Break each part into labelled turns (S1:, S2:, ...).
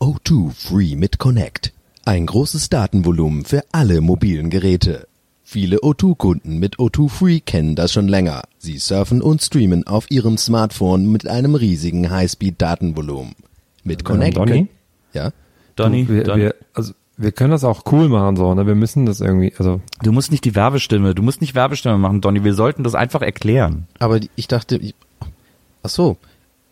S1: O2 Free mit Connect. Ein großes Datenvolumen für alle mobilen Geräte. Viele O2-Kunden mit O2 Free kennen das schon länger. Sie surfen und streamen auf ihrem Smartphone mit einem riesigen Highspeed-Datenvolumen. Mit Connect.
S2: Donny?
S1: können- Ja?
S2: Donny,
S3: wir,
S2: Donny.
S3: wir, also, wir können das auch cool machen, so, ne? Wir müssen das irgendwie, also,
S2: Du musst nicht die Werbestimme, du musst nicht Werbestimme machen, Donny. Wir sollten das einfach erklären.
S1: Aber die- ich dachte, ich, ach so.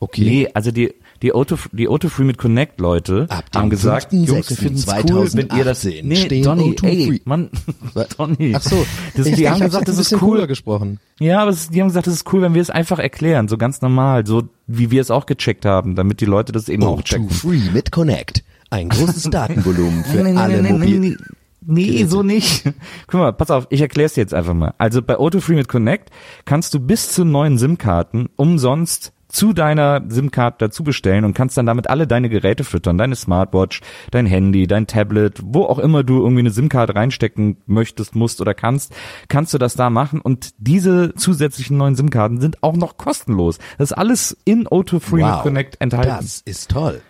S1: Okay.
S2: Nee, also die, die Auto, die Auto Free mit Connect Leute
S1: Ab dem
S2: haben gesagt,
S1: 5.6.
S2: Jungs, wir finden's cool, wenn ihr das,
S1: 2018
S2: nee,
S1: stehen
S2: Donny,
S1: O2 Free.
S2: ey, Mann,
S1: Was?
S2: Donny.
S1: Ach so.
S2: Das,
S1: Ich-
S2: die
S1: ich
S2: haben
S1: hab's
S2: gesagt,
S1: jetzt
S2: das
S1: ein
S2: ist
S1: bisschen
S2: cool.
S1: cooler gesprochen.
S2: Ja, aber es, die haben gesagt, das ist cool, wenn wir es einfach erklären, so ganz normal, so wie wir es auch gecheckt haben, damit die Leute das eben auch checken.
S1: O2 Free mit Connect. Ein großes Datenvolumen für alle mobilen.
S2: Nee,
S1: Geräte.
S2: so nicht. Guck mal, pass auf, ich erkläre es jetzt einfach mal. Also bei Auto Free mit Connect kannst du bis zu neun SIM-Karten umsonst zu deiner SIM-Karte dazu bestellen und kannst dann damit alle deine Geräte füttern, deine Smartwatch, dein Handy, dein Tablet, wo auch immer du irgendwie eine SIM-Karte reinstecken möchtest, musst oder kannst, kannst du das da machen und diese zusätzlichen neuen SIM-Karten sind auch noch kostenlos. Das ist alles in Auto Free mit
S1: Wow,
S2: Connect enthalten.
S1: das ist toll.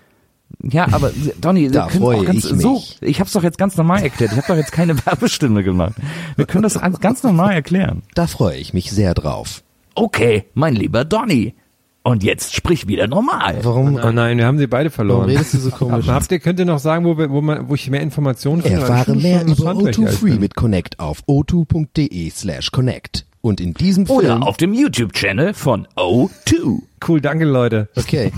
S2: Ja, aber Donny,
S1: Da
S2: wir können
S1: freue
S2: auch ganz,
S1: ich mich.
S2: so, ich habe es doch jetzt ganz normal erklärt. Ich habe doch jetzt keine Werbestimme gemacht. Wir können das ganz- ganz normal erklären.
S1: Da freue ich mich sehr drauf.
S2: Okay, mein lieber Donny. Und jetzt sprich wieder normal.
S1: Warum
S3: oh nein, wir haben sie beide verloren.
S1: Warum redest du so komisch?
S3: Habt ihr, könnt ihr noch sagen, wo, wir, wo, man, wo ich mehr Informationen finde?
S1: Erfahre
S3: Weil ich
S1: mehr
S3: schon
S1: über
S3: gespannt, welche
S1: O2
S3: ich
S1: Free
S3: bin.
S1: mit Connect auf o2.de E slash connect. Und in diesem Film...
S2: Oder auf dem YouTube-Channel von O2.
S3: Cool, danke Leute.
S1: Okay.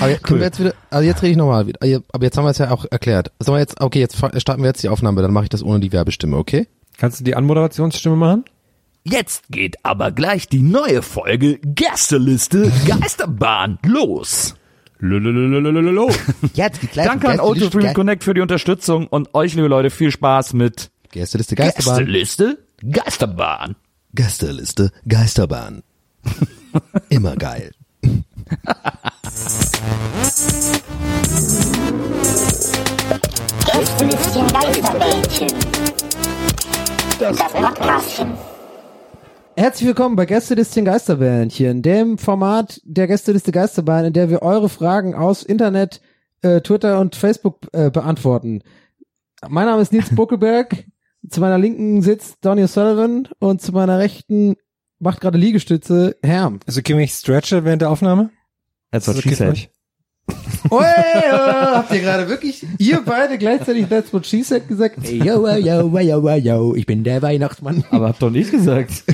S1: Aber jetzt, können wir jetzt wieder, also jetzt rede ich nochmal. Aber jetzt haben wir es ja auch erklärt. Sollen wir jetzt, okay, jetzt fa- starten wir jetzt die Aufnahme, dann mache ich das ohne die Werbestimme, okay?
S3: Kannst du die Anmoderationsstimme machen?
S2: Jetzt geht aber gleich die neue Folge Gästeliste Geisterbahn los.
S3: Lululululululu.
S1: Jetzt geht's um
S2: Danke an O2 Free Connect für die Unterstützung und euch, liebe Leute, viel Spaß mit
S1: Gästeliste Geisterbahn.
S2: Gästeliste Geisterbahn.
S1: Gästeliste Geisterbahn. Immer geil.
S4: Gästelistchen Geisterbällchen. Das Podcastchen.
S5: Herzlich willkommen bei Gästelistchen Geisterbähnchen, dem Format der Gästeliste Geisterbahn, in der wir eure Fragen aus Internet, äh, Twitter und Facebook äh, beantworten. Mein Name ist Nils Buckelberg, zu meiner linken sitzt Donny Sullivan und zu meiner rechten macht gerade Liegestütze Herm.
S3: Ist okay, wenn ich stretche während der Aufnahme? Also,
S2: That's
S3: what she said.
S5: Oi, äh, habt ihr gerade wirklich ihr beide gleichzeitig That's What She Said gesagt? Ey, Yo, äh, yo, äh, yo, äh, yo, ich bin der Weihnachtsmann.
S2: Aber hab doch nicht gesagt.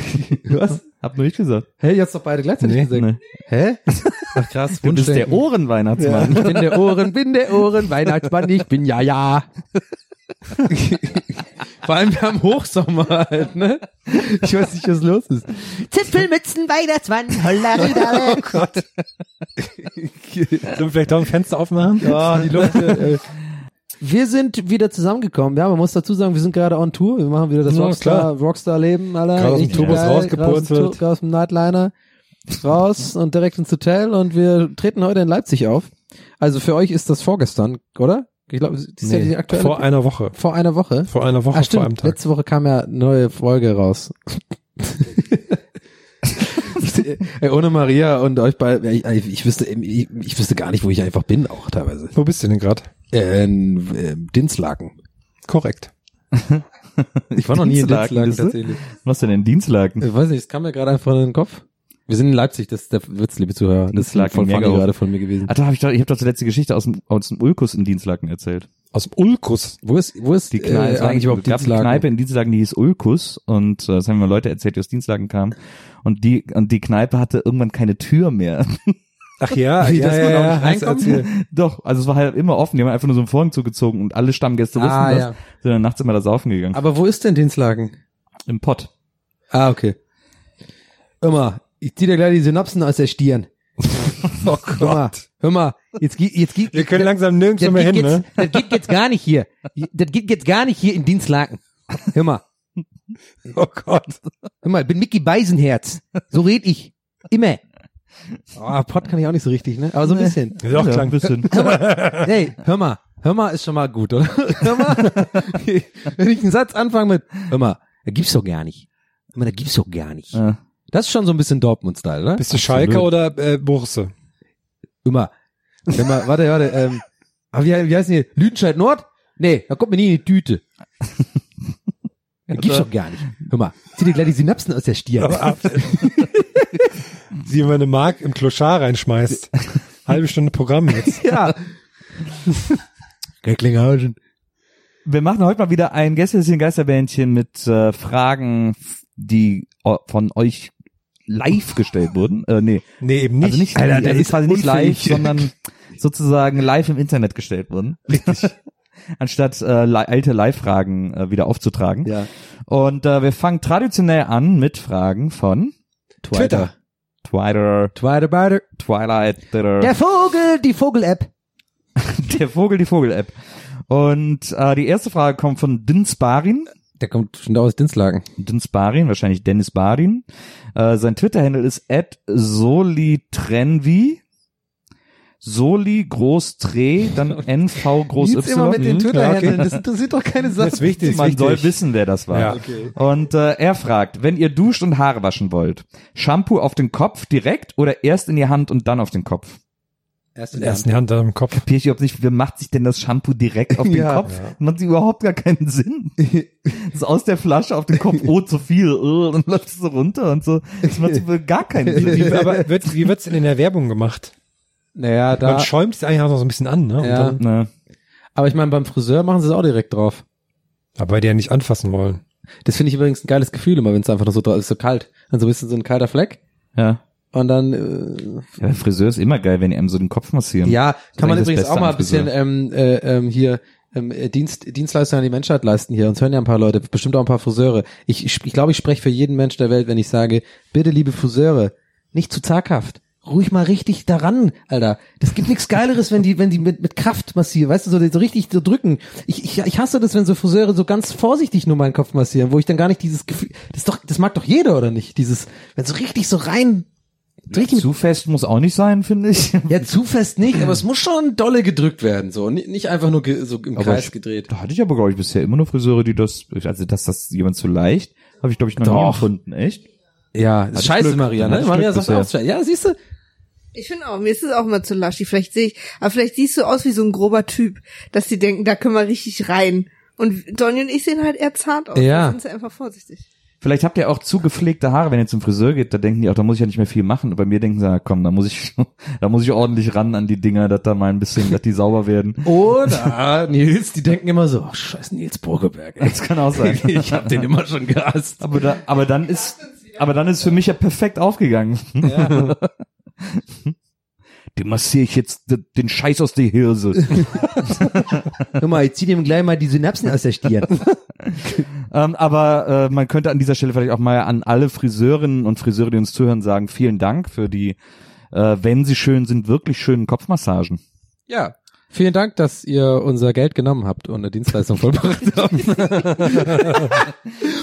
S2: Was? Hab nur nicht gesagt.
S5: Hey, ihr habt's doch beide gleichzeitig gesagt. Hä?
S3: Ach krass,
S2: Du bist der
S3: Wunschdenken.
S5: Ja.
S2: Ohrenweihnachtsmann.
S5: Ich bin der Ohren, bin der Ohren, Weihnachtsmann, ich bin ja, ja. Vor allem wir haben Hochsommer halt, ne? Ich weiß nicht, was los ist. Zipfelmützen, Weihnachtsmann, holla, wieder.
S3: Oh Sollen wir vielleicht doch ein Fenster aufmachen?
S5: Ja, die Luft. äh, äh. Wir sind wieder zusammengekommen, ja, man muss dazu sagen, wir sind gerade on Tour, wir machen wieder das
S3: Ja,
S5: Rockstar,
S3: klar.
S5: Rockstar-Leben, Alter.
S3: Gerade aus dem
S5: Richtig
S3: Tourbus
S5: geil,
S3: rausgepurzelt.
S5: Gerade aus dem Tour- aus dem Nightliner, raus und direkt ins Hotel und wir treten heute in Leipzig auf. Also für euch ist das vorgestern, oder? Ich glaube, das ist ja die aktuelle.
S3: Vor einer Woche.
S5: vor einer Woche.
S3: Vor einer Woche,
S5: Ah,
S3: vor einem
S5: stimmt.
S3: Tag.
S5: Letzte Woche kam ja eine neue Folge raus. Ey, ohne Maria und euch bei, ich, ich wüsste, eben- ich, ich wüsste gar nicht, wo ich einfach bin, auch teilweise.
S3: Wo bist du denn gerade?
S5: Äh, in, äh, Dinslaken.
S3: Korrekt.
S2: Ich war noch nie in Dienstlaken. bist du? Was denn in Dienstlaken?
S5: Äh, Ich weiß nicht, es kam mir gerade einfach in den Kopf. Wir sind in Leipzig, das ist der Witz, liebe Zuhörer. Das ist
S2: Dienstlaken
S5: voll funny
S2: mega auf.
S5: gerade von mir gewesen.
S2: Alter, Ah, hab ich doch, ich habe doch zuletzt die Geschichte aus dem, aus dem Ulkus in Dienstlaken erzählt.
S5: Aus dem Ulkus. Wo ist, wo ist
S2: Die Kneipe,
S5: äh,
S2: es war
S5: eigentlich
S2: eine-
S5: überhaupt
S2: gab eine
S5: Dienstlagen?
S2: Kneipe in Dienstlaken, die hieß Ulkus und äh, das haben mir Leute erzählt, die aus Dienstlaken kamen und die und die Kneipe hatte irgendwann keine Tür mehr.
S3: Ach ja,
S5: Wie,
S3: ja,
S5: dass
S3: ja,
S5: man auch
S3: ja,
S5: nicht
S3: hast
S5: reinkommt?
S3: erzählt.
S2: Doch, also es war halt immer offen, die haben einfach nur so einen Vorhang zugezogen und alle Stammgäste wussten
S5: Ah,
S2: das,
S5: ja.
S2: sind dann nachts immer da saufen gegangen.
S5: Aber wo ist denn Dienstlagen?
S2: Im Pott.
S5: Ah, okay. Immer, ich zieh dir gleich die Synapsen aus der Stirn. oh Gott. Hör mal, hör mal. jetzt geht, jetzt geht,
S3: Wir können langsam nirgends
S5: das,
S3: mehr
S5: geht
S3: hin,
S5: jetzt,
S3: ne?
S5: das geht jetzt gar nicht hier. Das geht jetzt gar nicht hier in Dienstlaken. Hör mal,
S3: Oh Gott.
S5: hör mal, ich bin Mickey Beisenherz. So red ich. Immer. Ah, Pott kann ich auch nicht so richtig, ne? Aber so ein bisschen.
S3: Ja, Doch, klang
S2: bisschen.
S5: Hey, hör mal, hör mal ist schon mal gut, oder? Hör mal, wenn ich einen Satz anfange mit, hör mal, da gibt's doch gar nicht. Hör mal, da gibt's doch gar nicht.
S2: Ja.
S5: Das ist schon so ein bisschen Dortmund-Style, oder?
S3: Bist du Schalke oder äh, Burse?
S5: ne? Immer. Hör mal, warte, warte, ähm, aber wie, wie heißt denn hier? Lüdenscheid Nord? Nee, da kommt mir nie in die Tüte. Da gibt's doch gar nicht. Hör mal, zieh dir gleich die Synapsen aus der Stirn.
S3: Sie immer eine Mark im Kloschar reinschmeißt. Halbe Stunde Programm jetzt.
S5: ja. Recklinghausen.
S2: Wir machen heute mal wieder ein Gästelistchen Geisterbändchen mit äh, Fragen, die o- von euch live gestellt wurden. Äh, nee,
S3: Nee, eben nicht.
S2: also nicht,
S5: Alter,
S2: also
S5: der ist
S2: quasi nicht live,
S5: unfähig.
S2: sondern sozusagen live im Internet gestellt wurden. Richtig. Anstatt äh, li alte Live-Fragen äh, wieder aufzutragen.
S5: Ja.
S2: Und äh, wir fangen traditionell an mit Fragen von
S5: Twitter.
S2: Twitter,
S5: Twitter, Twitter.
S2: Twilight, Twitter.
S5: Der Vogel, die Vogel-App.
S2: Der Vogel, die Vogel-App. Und äh, die erste Frage kommt von Dinsbarin.
S5: Der kommt schon aus Dinslagen.
S2: Dennis Barin, wahrscheinlich Dennis Barin. Äh, sein Twitter-Handle ist at solitrenvi. Soli groß tre, dann NV groß
S5: Jetzt immer mit
S2: Y.
S5: den Twitter-Händeln,
S3: Mhm. Ja, okay.
S5: das interessiert doch keine Sache.
S3: Das ist wichtig. ist
S2: Man
S3: wichtig.
S2: soll wissen, wer das war.
S3: Ja.
S2: Und äh, er fragt, wenn ihr duscht und Haare waschen wollt, Shampoo auf den Kopf direkt oder erst in die Hand und dann auf den Kopf?
S5: Erst
S3: Erst eine Hand am Kopf.
S2: Pirchi, ob nicht, wer macht sich denn das Shampoo direkt auf den
S5: Ja.
S2: Kopf? Macht sie überhaupt gar keinen Sinn. Das ist aus der Flasche auf den Kopf, oh, zu viel, oh, dann läuft es so runter und so. Das macht so gar keinen Sinn.
S3: Wie, aber wird, wie wird's denn in der Werbung gemacht?
S5: Naja, da.
S3: Man schäumt es eigentlich auch noch so ein bisschen an, ne? Und
S5: Ja.
S3: Dann,
S2: Na,
S5: Aber ich meine, beim Friseur machen sie es auch direkt drauf.
S3: aber die ja nicht anfassen wollen.
S5: Das finde ich übrigens ein geiles Gefühl immer, wenn es einfach noch so drauf ist, so kalt. Dann so ein bisschen so ein kalter Fleck.
S2: ja.
S5: Und dann, äh,
S2: ja. Der Friseur ist immer geil, wenn die einem so den Kopf massieren.
S5: ja, kann man
S2: eigentlich das
S5: übrigens
S2: Beste
S5: auch mal
S2: am
S5: ein bisschen
S2: Friseur.
S5: ähm, äh, ähm, hier ähm, äh, Dienst, Dienstleistung an die Menschheit leisten hier. Uns hören ja ein paar Leute, bestimmt auch ein paar Friseure. Ich ich, ich, glaube, ich spreche für jeden Menschen der Welt, wenn ich sage, bitte liebe Friseure, nicht zu zaghaft. Ruhig mal richtig daran, Alter. Das gibt nichts Geileres, wenn die, wenn die mit, mit Kraft massieren, weißt du, so, so richtig so drücken. Ich, ich, ich hasse das, wenn so Friseure so ganz vorsichtig nur meinen Kopf massieren, wo ich dann gar nicht dieses Gefühl, das ist doch, das mag doch jeder, oder nicht? Dieses, wenn so richtig so rein, richtig
S2: Zu fest muss auch nicht sein, finde ich.
S5: ja, zu fest nicht, aber es muss schon dolle gedrückt werden, so. Ni- Nicht einfach nur ge so im
S2: Aber
S5: Kreis
S2: ich-
S5: gedreht.
S2: Da hatte ich aber, glaube ich, bisher immer nur Friseure, die das, also dass das jemand zu leicht, habe ich, glaube ich, noch nie
S5: Doch.
S2: gefunden, echt?
S5: Ja, ist scheiße,
S2: Glück.
S5: Maria,
S2: Hat
S5: ne?
S2: ich
S5: Maria
S2: Glück
S5: sagt
S2: bisher.
S5: auch, scheiße. ja, siehst du?
S6: Ich finde auch, mir ist es auch immer zu laschig. Vielleicht sehe ich, aber vielleicht siehst du aus wie so ein grober Typ, dass die denken, da können wir richtig rein. Und Donny und ich sehen halt eher zart aus.
S5: Ja.
S6: Da sind sie einfach vorsichtig.
S2: Vielleicht habt ihr auch zu gepflegte Haare, wenn ihr zum Friseur geht, da denken die auch, da muss ich ja nicht mehr viel machen. Und bei mir denken sie, na komm, da muss ich, da muss ich ordentlich ran an die Dinger, dass da mal ein bisschen, dass die sauber werden.
S5: Oder Nils, die denken immer so, oh, scheiße, Nils Burgeberg. ey.
S2: Das kann auch sein.
S5: Ich hab den immer schon gehasst.
S2: Aber da, aber dann ist, aber dann ist für mich ja perfekt aufgegangen. Dem massiere ich jetzt d- den Scheiß aus der Hirse.
S5: Hör mal, ich zieh dem gleich mal die Synapsen aus der Stirn.
S2: Ähm, aber äh, man könnte an dieser Stelle vielleicht auch mal an alle Friseurinnen und Friseure, die uns zuhören, sagen, vielen Dank für die, äh, wenn sie schön sind, wirklich schönen Kopfmassagen.
S5: ja. Vielen Dank, dass ihr unser Geld genommen habt und eine Dienstleistung vollbracht habt.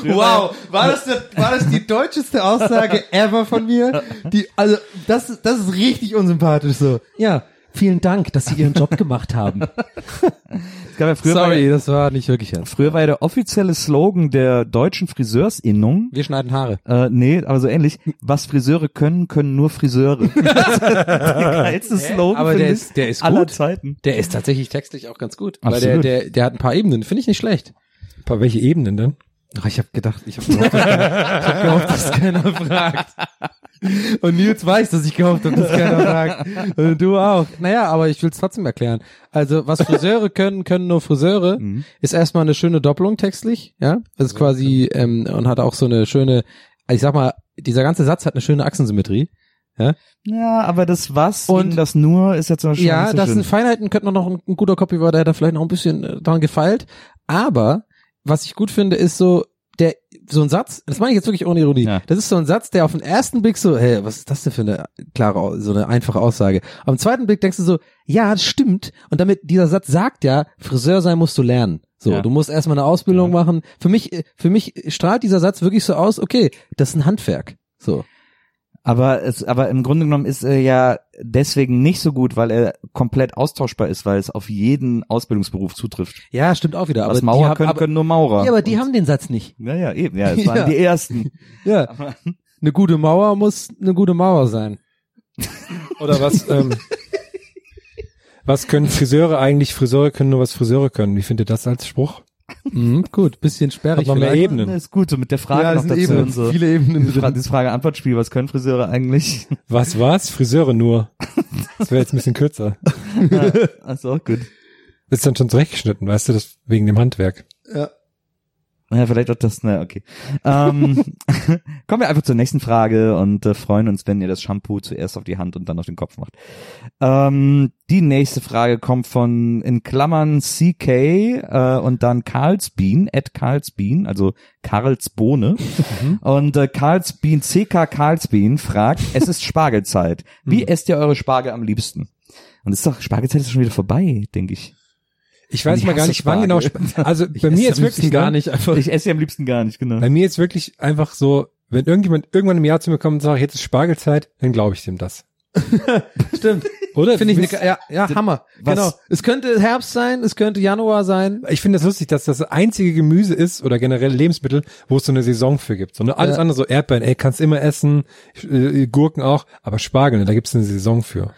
S5: wow, war das, der, war das die deutscheste Aussage ever von mir? Die, also, das, das ist richtig unsympathisch so. Ja, vielen Dank, dass Sie Ihren Job gemacht haben.
S2: Es gab ja früher
S5: Sorry, das war nicht wirklich ernst.
S2: Früher war ja der offizielle Slogan der deutschen Friseursinnung,
S5: Wir schneiden Haare.
S2: äh, nee, aber so ähnlich, was Friseure können, können nur Friseure. der geilste Slogan
S5: Aber der
S2: finde
S5: ist- der ist
S2: aller
S5: gut.
S2: Zeiten.
S5: Der ist tatsächlich textlich auch ganz gut.
S2: weil
S5: Weil
S2: der-
S5: der, der, der hat ein paar Ebenen, finde ich nicht schlecht.
S3: Aber welche Ebenen denn?
S5: Ach, ich habe gedacht, ich habe gehofft, dass keiner- ich hab gehofft, dass keiner fragt. Und Nils weiß, dass ich gehofft habe, dass keiner fragt. Und du auch. Naja, aber ich will es trotzdem erklären. Also, was Friseure können, können nur Friseure. Ist erstmal eine schöne Doppelung textlich, ja. Das ist quasi, ähm, und hat auch so eine schöne, ich sag mal, dieser ganze Satz hat eine schöne Achsensymmetrie.
S7: Ja, aber das was
S5: Und-
S7: und das nur ist jetzt noch schon
S5: ja,
S7: nicht so
S5: das
S7: schön.
S5: sind Feinheiten, könnte man noch ein, ein guter Copy war, der hat da vielleicht noch ein bisschen äh, dran gefeilt. Aber was ich gut finde, ist so, der, so ein Satz, das meine ich jetzt wirklich ohne Ironie,
S7: Ja.
S5: das ist so ein Satz, der auf den ersten Blick so, hey, was ist das denn für eine klare, Au- so eine einfache Aussage? Am zweiten Blick denkst du so, ja, das stimmt. Und damit, dieser Satz sagt ja, Friseur sein musst du lernen. So,
S7: Ja.
S5: du musst erstmal eine Ausbildung machen. Für mich, äh, für mich strahlt dieser Satz wirklich so aus, okay, das ist ein Handwerk. So.
S7: Aber es, aber im Grunde genommen ist er ja deswegen nicht so gut, weil er komplett austauschbar ist, weil es auf jeden Ausbildungsberuf zutrifft.
S5: Ja, stimmt auch wieder. Aber
S7: Was
S5: die
S7: Maurer
S5: haben-
S7: können,
S5: aber,
S7: können nur Maurer.
S5: Ja, aber die
S7: Und-
S5: haben den Satz nicht.
S7: ja, ja, eben, ja, es waren
S5: Ja.
S7: die ersten.
S5: Ja. Eine gute Mauer muss eine gute Mauer sein.
S3: Oder was, ähm, was können Friseure eigentlich? Friseure können nur, was Friseure können. Wie findet ihr das als Spruch?
S5: Mhm, gut, bisschen sperrig.
S3: Aber mehr
S5: vielleicht.
S3: Ebenen.
S7: Das ist gut, so mit der Frage
S3: Ja, das
S7: noch
S3: sind
S7: dazu
S3: Ebenen,
S7: und so.
S3: viele Ebenen
S7: Diese Fra
S3: drin.
S7: dieses Frage-Antwort-Spiel, was können Friseure eigentlich?
S3: Was war's? Friseure nur. Das wäre jetzt ein bisschen kürzer.
S7: Also gut.
S3: Das ist dann schon zurechtgeschnitten, weißt du, das wegen dem Handwerk.
S7: Ja, vielleicht auch das, na, okay. Ähm, kommen wir einfach zur nächsten Frage und äh, freuen uns, wenn ihr das Shampoo zuerst auf die Hand und dann auf den Kopf macht. Ähm, die nächste Frage kommt von, in Klammern, CK äh, und dann Karlsbean, at Karlsbean, also Karlsbohne. Und äh, Karlsbean, CK Karlsbean fragt, es ist Spargelzeit. Wie esst ihr eure Spargel am liebsten? Und es ist doch, Spargelzeit ist schon wieder vorbei, denke ich.
S3: Ich weiß
S7: Ich
S3: mal gar
S7: hasse
S3: nicht, wann genau.
S7: Spargel.
S3: Sp- Also bei
S5: Ist
S3: mir
S5: am
S3: jetzt
S5: liebsten
S3: wirklich
S5: gar nicht einfach.
S7: Ich esse sie am liebsten gar nicht,
S5: Hm.
S7: genau.
S3: Bei mir ist wirklich einfach so, wenn irgendjemand irgendwann im Jahr zu mir kommt und sagt, jetzt ist Spargelzeit, dann glaube ich dem das.
S5: Stimmt.
S3: Oder?
S5: Finde ich
S3: Wisst-
S5: ne, ja, ja, Hammer.
S7: Was?
S5: Genau. Es könnte Herbst sein, es könnte Januar sein.
S3: Ich finde das lustig, dass das einzige Gemüse ist oder generell Lebensmittel, wo es so eine Saison für gibt. So, ne? Alles
S5: Ja.
S3: andere, so Erdbeeren, ey, kannst immer essen, äh, Gurken auch, aber Spargel, ne, da gibt es eine Saison für.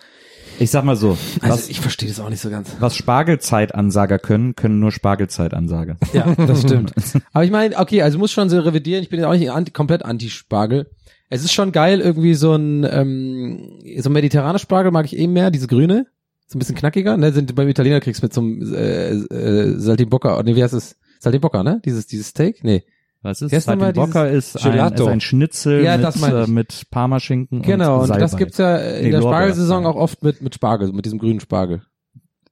S7: Ich sag mal so, was,
S5: Also ich verstehe das auch nicht so ganz.
S7: Was Spargelzeitansager können, können nur Spargelzeitansager.
S5: Ja, das stimmt. Aber ich meine, okay, also muss schon so revidieren. Ich bin ja auch nicht anti, komplett anti-Spargel. Es ist schon geil, irgendwie so ein ähm, so ein mediterraner Spargel mag ich eben mehr, diese grüne. Ist ein bisschen knackiger, ne? Sind beim Italiener kriegst du mit so einem äh, äh, Saltimbocca, ne, wie heißt es? Saltimbocca, ne? dieses dieses Steak? Nee.
S7: Was ist
S5: Gestern mal
S7: Saltimbocca ist ein, ist
S3: Gelato.
S7: ein Schnitzel
S5: Ja, das
S7: mit,
S5: meine
S7: äh,
S5: ich.
S7: mit Parmaschinken
S5: Genau,
S7: und
S5: und das
S7: Salbei.
S5: gibt's ja äh, in
S7: Nee,
S5: der
S7: Lorbeer.
S5: Spargelsaison auch oft mit, mit Spargel, mit diesem grünen Spargel.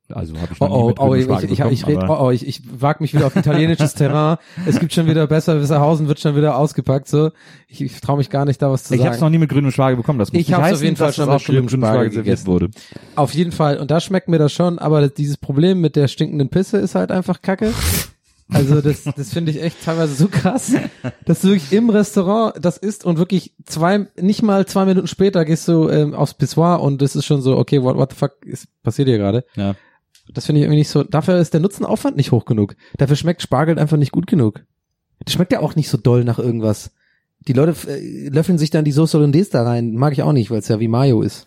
S7: Also habe ich
S5: Oh,
S7: noch nie
S5: oh,
S7: mit
S5: oh,
S7: grünem
S5: ich,
S7: Spargel
S5: ich, ich, ich,
S7: bekommen,
S5: red- oh, oh, ich, ich wag mich wieder auf italienisches Terrain. Es gibt schon wieder besser, Wisserhausen wird schon wieder ausgepackt, so. Ich, ich traue mich gar nicht, da was zu
S7: ich habe es
S5: sagen.
S7: noch nie mit grünem Spargel bekommen. Das muss
S5: oh, Ich
S7: nicht
S5: hab's auf
S7: heißen,
S5: jeden Fall
S7: dass
S5: schon
S7: es
S5: mit
S7: auch schon mit
S5: grünem
S7: grünem Spargel
S5: Spargel
S7: serviert wurde.
S5: Auf jeden Fall. Und da schmeckt mir das schon, aber dieses Problem mit der stinkenden Pisse ist halt einfach kacke. Also das, das finde ich echt teilweise so krass, dass du wirklich im Restaurant das isst und wirklich zwei, nicht mal zwei Minuten später gehst du ähm, aufs Pissoir und es ist schon so, okay, what, what the fuck ist passiert hier gerade?
S7: Ja.
S5: Das finde ich irgendwie nicht so. Dafür ist der Nutzenaufwand nicht hoch genug. Dafür schmeckt Spargel einfach nicht gut genug. Das schmeckt ja auch nicht so doll nach irgendwas. Die Leute äh, löffeln sich dann die Soße Hollandaise da rein. Mag ich auch nicht, weil es ja wie Mayo ist.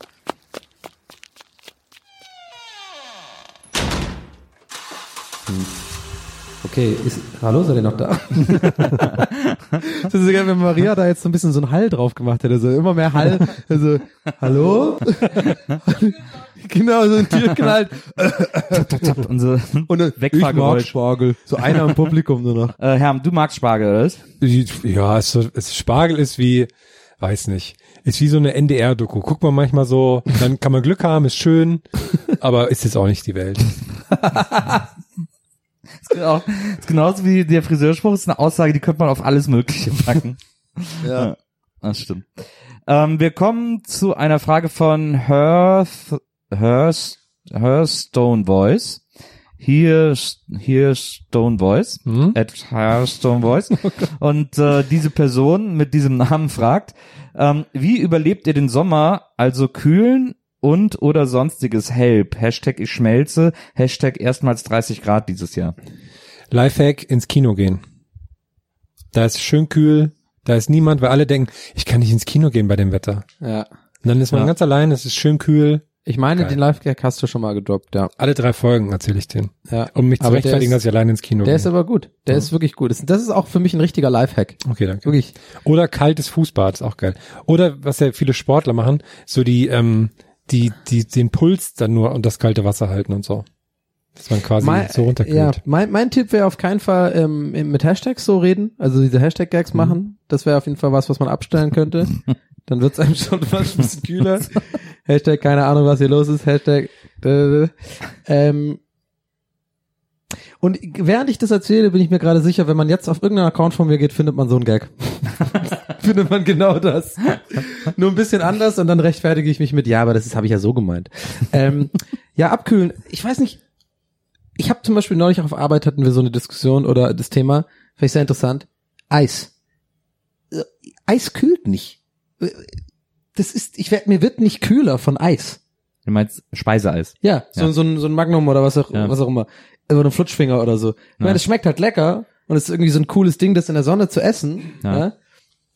S5: Hm. Okay, ist, hallo, seid ihr noch da? das ist egal, wenn Maria da jetzt so ein bisschen so einen Hall drauf gemacht hätte, so immer mehr Hall, also, hallo? genau, so ein Tür knallt.
S7: Und so,
S5: Und dann,
S7: Wegfahrgeräusch.
S5: Ich mag Spargel. So einer im Publikum nur noch.
S7: äh, Herr, du magst Spargel, oder? was?
S3: Ja, es, es, Spargel ist wie, weiß nicht, ist wie so eine NDR-Doku. Guckt man manchmal so, dann kann man Glück haben, ist schön, aber ist jetzt auch nicht die Welt.
S7: Ist Genau. Ist genauso wie der Friseurspruch ist eine Aussage, die könnte man auf alles Mögliche packen. ja. Das stimmt. Ähm, wir kommen zu einer Frage von Hearth, Hearth, Hearthstone Voice. Hier, hier Stone Voice, at Hearthstone Voice. Und äh, diese Person mit diesem Namen fragt, ähm, wie überlebt ihr den Sommer, also kühlen und oder sonstiges Help? Hashtag ich schmelze, Hashtag erstmals 30 Grad dieses Jahr.
S3: Lifehack ins Kino gehen. Da ist schön kühl, da ist niemand, weil alle denken, ich kann nicht ins Kino gehen bei dem Wetter.
S5: Ja.
S3: Und dann ist man
S7: Ja.
S3: ganz allein, es ist schön kühl,
S5: Ich meine,
S3: Geil.
S5: den Live-Gag hast du schon mal gedroppt, ja.
S3: Alle drei Folgen erzähle ich den.
S5: ja.
S3: Um mich zu
S5: Aber der
S3: rechtfertigen,
S5: ist-
S3: dass ich alleine ins Kino
S5: Der
S3: gehe.
S5: ist aber gut. Der ist wirklich gut. Das das ist auch für mich ein richtiger Lifehack.
S3: okay, danke.
S5: Wirklich.
S3: Oder kaltes Fußbad ist auch geil. Oder was ja viele Sportler machen, so die, ähm, die, die, den Puls dann nur und das kalte Wasser halten und so. Dass man quasi
S5: Mein-
S3: so runterkühlt.
S5: Ja, mein, mein Tipp wäre auf keinen Fall ähm, mit Hashtags so reden, also diese Hashtag-Gags machen. Das wäre auf jeden Fall was, was man abstellen könnte. Dann wird's einem schon fast ein bisschen kühler. Hashtag, keine Ahnung, was hier los ist. Hashtag. Äh, ähm, und während ich das erzähle, bin ich mir gerade sicher, wenn man jetzt auf irgendeinen Account von mir geht, findet man so einen Gag. findet man genau das. Nur ein bisschen anders und dann rechtfertige ich mich mit, ja, aber das habe ich ja so gemeint. Ähm, ja, abkühlen. Ich weiß nicht, ich habe zum Beispiel neulich auf Arbeit hatten wir so eine Diskussion oder das Thema, vielleicht sehr interessant, Eis. Äh, Eis kühlt nicht. Äh, Das ist, ich werd, mir wird nicht kühler von Eis.
S7: Du meinst Speiseeis.
S5: Ja, so,
S7: Ja.
S5: So, ein, so ein Magnum oder was auch,
S7: Ja.
S5: was auch immer. Oder ein Flutschfinger oder so. Ich
S7: Ja.
S5: meine, es schmeckt halt lecker und es ist irgendwie so ein cooles Ding, das in der Sonne zu essen. Ja.
S7: Ja.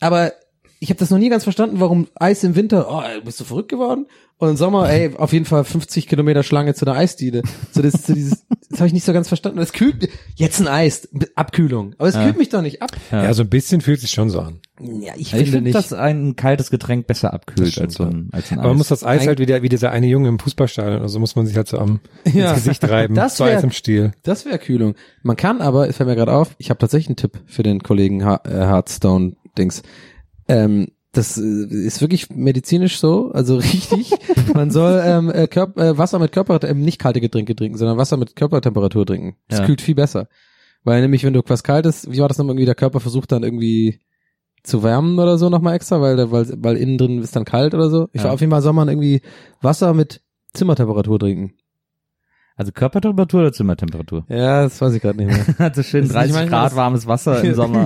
S5: Aber ich habe das noch nie ganz verstanden, warum Eis im Winter, oh, ey, bist du verrückt geworden? Und im Sommer, ey, auf jeden Fall 50 Kilometer Schlange zu einer Eisdiele. So, das, so dieses, das habe ich nicht so ganz verstanden. Das kühlt, jetzt ein Eis, Abkühlung. Aber es kühlt mich doch nicht ab.
S3: Ja, so ein bisschen fühlt sich schon so an.
S5: Ja, ich,
S7: Ich,
S5: finde
S7: finde,
S5: nicht.
S7: dass ein kaltes Getränk besser abkühlt
S3: stimmt,
S7: als so ein, als ein
S3: Aber
S7: Eis.
S3: man muss das Eis
S5: Eig-
S3: halt wieder, wie dieser eine Junge im Fußballstadion, also muss man sich halt so am
S5: Ja.
S3: ins Gesicht reiben.
S5: Das
S3: so
S5: wär-
S3: Eis im Stiel.
S5: Das wäre Kühlung. Man kann aber, es fällt mir gerade auf, ich habe tatsächlich einen Tipp für den Kollegen Ha- äh, Hearthstone-Dings. Ähm, das äh, ist wirklich medizinisch so, also richtig. Man soll ähm, äh, Körp äh, Wasser mit Körper, ähm, nicht kalte Getränke trinken, sondern Wasser mit Körpertemperatur trinken. Das
S7: Ja.
S5: kühlt viel besser. Weil nämlich, wenn du was kaltes, wie war das nochmal irgendwie, der Körper versucht dann irgendwie zu wärmen oder so nochmal extra, weil, der- weil, weil innen drin ist dann kalt oder so. Ich
S7: Ja.
S5: war auf jeden Fall, soll man irgendwie Wasser mit Zimmertemperatur trinken.
S7: also Körpertemperatur oder Zimmertemperatur?
S5: Ja, das weiß ich gerade nicht mehr.
S7: Also schön
S5: Ist nicht
S7: 30
S5: manchmal
S7: Grad
S5: das-
S7: warmes Wasser im Sommer.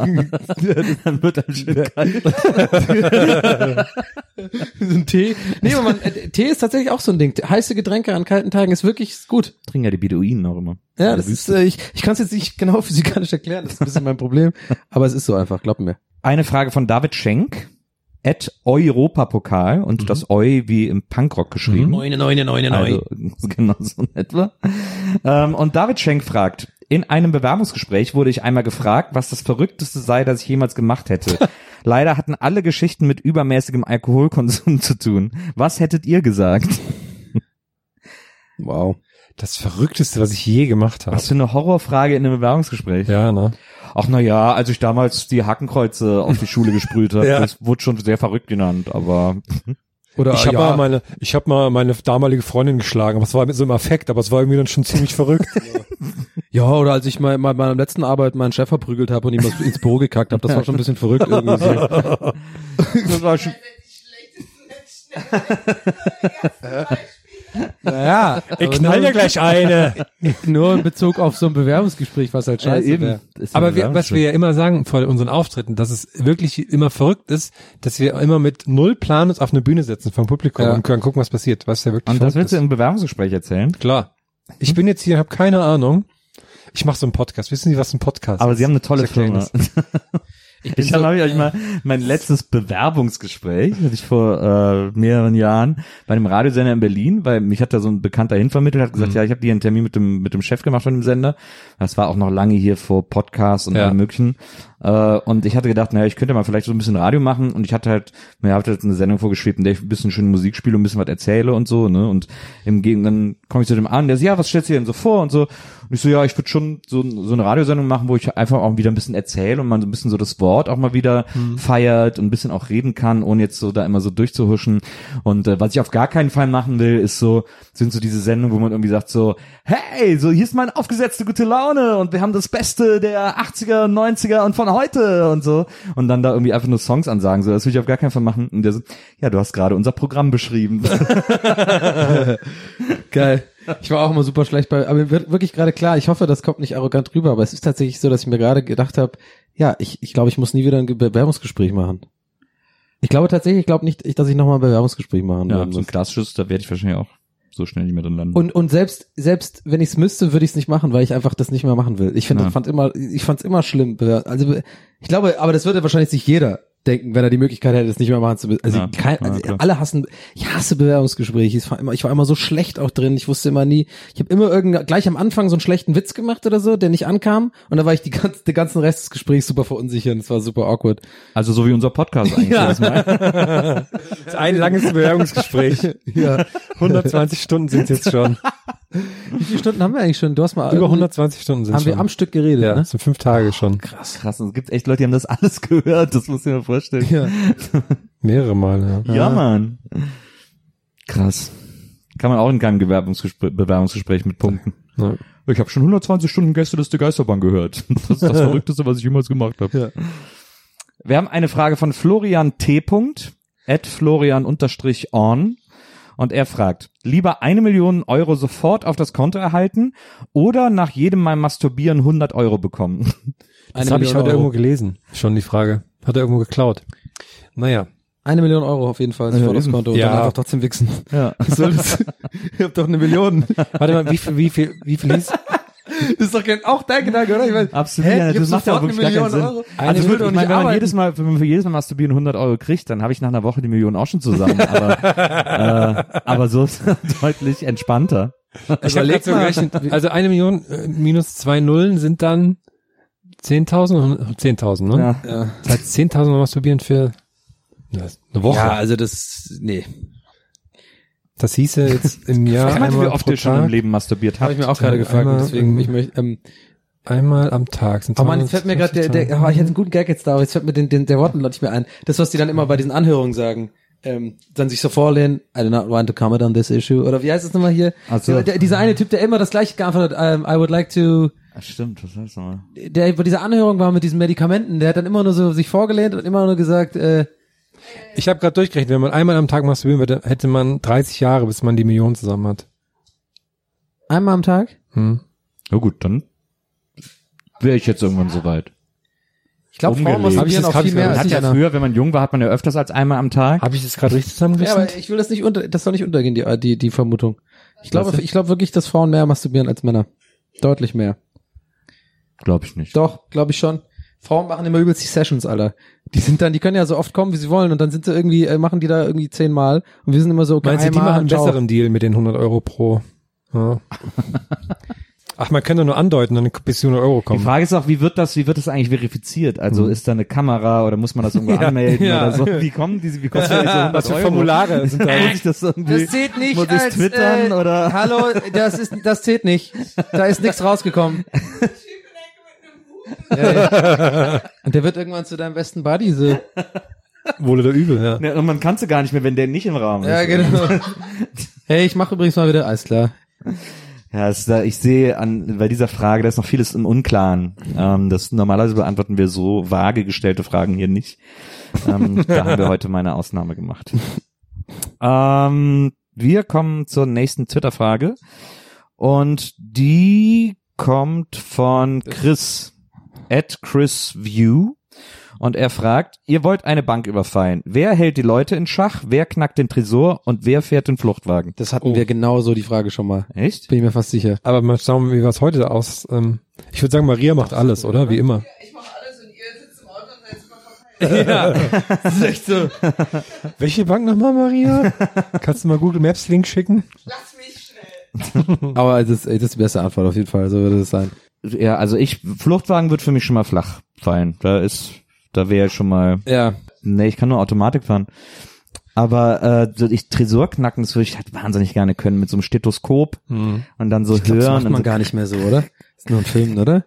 S7: Dann wird dann schön kalt.
S5: so ein Tee. Nee, aber man, äh, Tee ist tatsächlich auch so ein Ding. Heiße Getränke an kalten Tagen ist wirklich gut.
S7: Trinken ja die Beduinen auch immer.
S5: Ja,
S7: In der
S5: das ist,
S7: Wüste.
S5: äh, ich, ich kann es jetzt nicht genau physikalisch erklären, das ist ein bisschen mein Problem. Aber es ist so einfach, glaub mir.
S7: Eine Frage von David Schenk. At Europapokal und das Eu wie im Punkrock geschrieben.
S5: Mhm. Neune, neune, neune,
S7: Also, genau so in etwa. Ähm, und David Schenk fragt, in einem Bewerbungsgespräch wurde ich einmal gefragt, was das Verrückteste sei, das ich jemals gemacht hätte. Leider hatten alle Geschichten mit übermäßigem Alkoholkonsum zu tun. Was hättet ihr gesagt?
S5: Wow.
S3: Das Verrückteste, was ich je gemacht habe.
S7: Was für eine Horrorfrage in einem Bewerbungsgespräch.
S3: Ja, ne?
S7: Ach na ja, als ich damals die Hakenkreuze auf die Schule gesprüht habe,
S3: Ja.
S7: das wurde schon sehr verrückt genannt, aber
S5: Oder
S3: Ich habe
S5: ja,
S3: mal meine, ich habe mal meine damalige Freundin geschlagen, aber es war mit so einem Affekt, aber es war irgendwie dann schon ziemlich verrückt.
S5: ja, oder als ich mal mal meiner letzten Arbeit meinen Chef verprügelt habe und ihm was ins Büro gekackt habe, das war schon ein bisschen verrückt irgendwie so.
S7: das war schon,
S5: Naja,
S3: Ich knall ja gleich eine.
S5: nur in Bezug auf so ein Bewerbungsgespräch, was halt scheiße
S7: eben.
S5: wäre.
S7: Ist ja
S3: Aber wir,
S7: Bewerbungsgespräch.
S3: was wir ja immer sagen vor unseren Auftritten, dass es wirklich immer verrückt ist, dass wir immer mit null Plan uns auf eine Bühne setzen vom Publikum
S5: Ja.
S3: und können gucken, was passiert. Was ja wirklich
S7: Und das
S3: verrückt
S7: willst du
S3: ist.
S7: im Bewerbungsgespräch erzählen?
S3: Klar. Ich bin jetzt hier, habe keine Ahnung. Ich mache so einen Podcast. Wissen Sie, was ein Podcast
S7: Aber
S3: ist?
S7: sie haben eine tolle
S3: Ich erklär Ihnen
S7: Firma. Ich bin habe ich euch mal mein letztes Bewerbungsgespräch, hatte ich vor äh, mehreren Jahren bei einem Radiosender in Berlin, weil mich hat da so ein Bekannter hinvermittelt, hat gesagt, ja, ich habe dir einen Termin mit dem mit dem Chef gemacht von dem Sender. Das war auch noch lange hier vor Podcasts und
S3: Ja.
S7: allem möglichen. Äh, und ich hatte gedacht, naja, ich könnte mal vielleicht so ein bisschen Radio machen und ich hatte halt, mir hatte halt eine Sendung vorgeschwebt, in der ich ein bisschen schöne Musik spiele und ein bisschen was erzähle und so, ne? Und im Gegen dann komme ich zu dem an, der sagt, ja, was stellst du dir denn so vor und so? Und ich so, ja, ich würde schon so, so eine Radiosendung machen, wo ich einfach auch wieder ein bisschen erzähle und man so ein bisschen so das Wort auch mal wieder feiert und ein bisschen auch reden kann, ohne jetzt so da immer so durchzuhuschen. Und äh, was ich auf gar keinen Fall machen will, ist so, sind so diese Sendungen, wo man irgendwie sagt so, hey, so hier ist meine aufgesetzte gute Laune und wir haben das Beste der 80er, 90er und von heute und so. Und dann da irgendwie einfach nur Songs ansagen. So, das will ich auf gar keinen Fall machen. Und der so, ja, du hast gerade unser Programm beschrieben.
S5: Geil. Ich war auch immer super schlecht bei, aber mir wird wirklich gerade klar, ich hoffe, das kommt nicht arrogant rüber, aber es ist tatsächlich so, dass ich mir gerade gedacht habe, ja, ich, ich glaube, ich muss nie wieder ein Ge- Bewerbungsgespräch machen. Ich glaube tatsächlich, ich glaube nicht, ich- dass ich nochmal ein Bewerbungsgespräch machen
S7: ja,
S5: werden
S7: so ein
S5: muss.
S7: klassisches, da werde ich wahrscheinlich auch so schnell nicht mehr drin landen.
S5: Und, und selbst, selbst wenn ich es müsste, würde ich es nicht machen, weil ich einfach das nicht mehr machen will. Ich finde,
S7: Ja.
S5: fand immer, ich fand es immer schlimm. Bewer- Also, ich glaube, aber das würde wahrscheinlich sich jeder denken, wenn er die Möglichkeit hätte, es nicht mehr machen zu müssen. Also,
S2: Ja,
S5: kein,
S2: ja,
S5: also
S2: klar.
S5: alle hassen, ich hasse Bewerbungsgespräche. Ich war, immer, ich war immer so schlecht auch drin. Ich wusste immer nie, ich habe immer irgend, gleich am Anfang so einen schlechten Witz gemacht oder so, der nicht ankam. Und da war ich die ganze, den ganzen Rest des Gesprächs super verunsichert. Es war super awkward.
S7: Also so wie unser Podcast eigentlich.
S5: Ja.
S7: erstmal.
S3: Das ist ein langes Bewerbungsgespräch.
S5: Ja.
S3: 120 Stunden sind jetzt schon.
S5: Wie viele Stunden haben wir eigentlich schon? Du hast mal
S3: Über
S5: irgendwie-
S3: 120 Stunden sind
S5: haben wir
S3: schon.
S5: am Stück geredet,
S3: ja,
S5: ne?
S3: das sind fünf Tage schon.
S7: Krass, krass. Und es gibt echt Leute, die haben das alles gehört. Das muss ich mir vorstellen.
S5: Ja.
S3: Mehrere Mal, ja.
S7: Ja, Mann. Krass. Kann man auch in keinem Bewerbungsgespr Bewerbungsgespräch mit punkten.
S3: Ja.
S7: Ich habe schon 120 Stunden Gästeliste Geisterbahn gehört. Das ist das Verrückteste, was ich jemals gemacht habe. Wir haben eine Frage von Florian T. Punkt, at Florian unterstrich on. Und er fragt, lieber eine Million Euro sofort auf das Konto erhalten oder nach jedem Mal masturbieren 100 Euro bekommen?
S3: Das
S5: Eine
S3: habe ich
S5: Million
S3: heute
S5: Euro.
S3: irgendwo gelesen. Schon die Frage. Hat er irgendwo geklaut. Naja.
S5: Eine Million Euro auf jeden Fall sofort aufs Konto und
S3: Ja.
S5: dann einfach trotzdem wichsen.
S7: Ja.
S5: Was soll das? ich hab doch eine Million.
S3: Warte mal, wie viel, wie viel, wie viel hieß?
S5: Das ist doch kein, auch dein Gedanke, oder? Ich mein,
S7: Absolut,
S5: hä,
S7: ja,
S5: ich hab
S7: das macht ja auch
S5: sofort
S7: wirklich gar keinen Sinn.
S5: Eine
S7: Also ich würde,
S5: würde doch nicht
S7: ich meine, wenn man jedes
S5: arbeiten.
S7: Mal, wenn man für jedes Mal masturbieren 100 Euro kriegt, dann habe ich nach einer Woche die Million auch schon zusammen. Aber, äh, aber so ist es deutlich entspannter.
S3: Ich habe
S5: Überleg
S3: gerade so gerechnet. Also eine Million äh, minus zwei Nullen sind dann 10.000, 10.000, ne?
S7: Ja.
S3: Das heißt 10.000 Mal masturbieren für ja, eine Woche.
S5: Ja, also das, nee.
S3: Das hieße jetzt im Jahr
S7: Ich meine, wie
S3: einmal
S7: oft
S3: pro
S7: ihr schon im
S3: Tag,
S7: Leben masturbiert
S5: Habe
S7: habt.
S5: ich mir auch gerade gefragt,
S3: einmal-
S5: und deswegen, ich möchte, ähm,
S3: einmal am Tag. Sind
S5: oh Mann, jetzt fällt mir gerade der,
S3: 250
S5: der, oh, ich hätte einen guten Gag jetzt da, aber jetzt fällt mir den, den, der Wortlaut nicht mehr ein. Das, was die dann immer bei diesen Anhörungen sagen, ähm, dann sich so vorlehnen, I do not want to comment on this issue, oder wie heißt es nochmal hier?
S7: Ach so.
S5: Der- der, dieser eine Typ, der immer das gleiche geantwortet hat, ähm, I would like to,
S7: Ah, stimmt, was heißt nochmal?
S5: der bei dieser Anhörung war mit diesen Medikamenten, der hat dann immer nur so sich vorgelehnt und immer nur gesagt, äh,
S3: Tage. Ich habe gerade durchgerechnet, wenn man einmal am Tag masturbieren würde, hätte man 30 Jahre, bis man die Million zusammen hat.
S5: einmal am Tag?
S3: Hm.
S7: Ja gut, dann wäre ich jetzt irgendwann soweit.
S5: Ich glaube, Frauen
S7: Umgelegt.
S3: Hab ich
S5: masturbieren
S3: das
S5: auch
S3: grad
S5: viel mehr
S3: gehört?
S5: als
S7: Hat
S5: ich
S7: ja
S5: einer.
S7: früher, wenn man jung war, hat man ja öfters als einmal am Tag.
S3: Habe ich das gerade richtig
S5: Ja,
S3: zusammengerechnet?
S5: aber ich will das nicht unter, das soll nicht untergehen, die, äh, die, die Vermutung. Ich glaube, ich glaube wirklich, dass Frauen mehr masturbieren als Männer. Deutlich mehr.
S7: Glaube ich nicht.
S5: Doch, glaube ich schon. Frauen machen immer übelst die Sessions, Alter. Die sind dann, die können ja so oft kommen, wie sie wollen, und dann sind sie irgendwie, äh, machen die da irgendwie zehnmal, und wir sind immer so, okay,
S3: Meinst du, die
S5: einmal,
S3: machen einen
S5: ciao.
S3: besseren Deal mit den 100 Euro pro? Ja. Ach, man könnte nur andeuten, dann bis die 100 Euro
S7: Die
S3: kommen.
S7: Frage ist auch, wie wird das, wie wird das eigentlich verifiziert? Also ist da eine Kamera oder muss man das irgendwo anmelden
S3: ja.
S7: oder so? Wie kommen diese, wie kostet diese 100
S3: Was für
S7: Euro?
S3: Formulare sind da?
S7: Muss ich das irgendwie?
S5: Das zählt nicht
S7: Muss ich
S5: als,
S7: twittern
S5: äh,
S7: oder?
S5: Hallo, das ist, das zählt nicht. Da ist nichts rausgekommen. Ja, ja. Und der wird irgendwann zu deinem besten Buddy, so.
S3: Wohl oder übel, ja.
S7: Ja, und man kann sie gar nicht mehr, wenn der nicht im Raum ist.
S5: Ja, genau. Hey, ich mache übrigens mal wieder, alles klar.
S7: Ja, es ist da, ich sehe an, bei dieser Frage, da ist noch vieles im Unklaren. Ähm, das, normalerweise beantworten wir so vage gestellte Fragen hier nicht. Ähm, da haben wir heute meine Ausnahme gemacht. Ähm, wir kommen zur nächsten Twitter-Frage. Und die kommt von Chris. At Chris View. Und er fragt, ihr wollt eine Bank überfallen. Wer hält die Leute in Schach? Wer knackt den Tresor? Und wer fährt den Fluchtwagen?
S5: Das hatten wir genauso die Frage schon mal.
S7: Echt?
S5: Bin ich mir fast sicher.
S3: Aber mal schauen, wie was heute da aus. Ähm, ich würde sagen, Maria macht alles, oder? Wie immer.
S6: Ich mache alles und ihr sitzt im Auto und seid super verpeilt.
S3: Das ist echt so. Welche Bank nochmal, Maria? Kannst du mal Google Maps Link schicken?
S6: Lass mich schnell.
S5: Aber das, das ist die beste Antwort auf jeden Fall, so würde es sein.
S7: ja, also ich, Fluchtwagen wird für mich schon mal flach fallen. Da ist, da wäre schon mal,
S5: Ja.
S7: nee, ich kann nur Automatik fahren. Aber äh, so ich Tresor knacken, das würde ich halt wahnsinnig gerne können mit so einem Stethoskop
S5: Hm.
S7: und dann so
S5: Das
S7: hören.
S5: macht
S7: und
S5: man
S7: so,
S5: gar nicht mehr so, oder? ist nur ein Film, oder?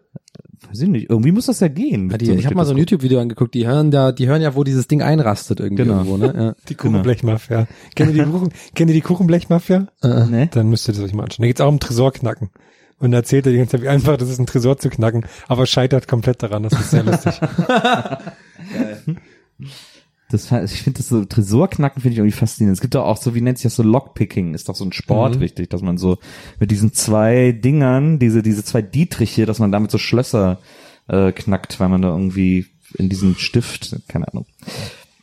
S7: weiß ich nicht, irgendwie muss das ja gehen. mit
S5: Die,
S7: einem
S5: ich habe mal so ein
S7: Stethoskop.
S5: YouTube-Video angeguckt, die hören da, die hören ja, wo dieses Ding einrastet irgendwie
S7: Genau.
S5: irgendwo, ne?
S3: Die
S5: Genau.
S3: Kuchenblechmafia. Kennt ihr die, Kuchen, kennt ihr die Kuchenblechmafia?
S7: Nee?
S3: Dann müsst ihr das euch mal anschauen. Da geht's auch um Tresor knacken. Und da erzählt er die ganze Zeit, wie einfach das ist, einen Tresor zu knacken, aber scheitert komplett daran. Das ist sehr lustig.
S7: Das, fa- ich finde das so Tresorknacken finde ich irgendwie faszinierend. Es gibt doch auch so, wie nennt sich das so Lockpicking, ist doch so ein
S5: Mhm.
S7: Sport, richtig, dass man so mit diesen zwei Dingern, diese diese zwei Dietriche, dass man damit so Schlösser äh, knackt, weil man da irgendwie in diesem Stift, keine Ahnung.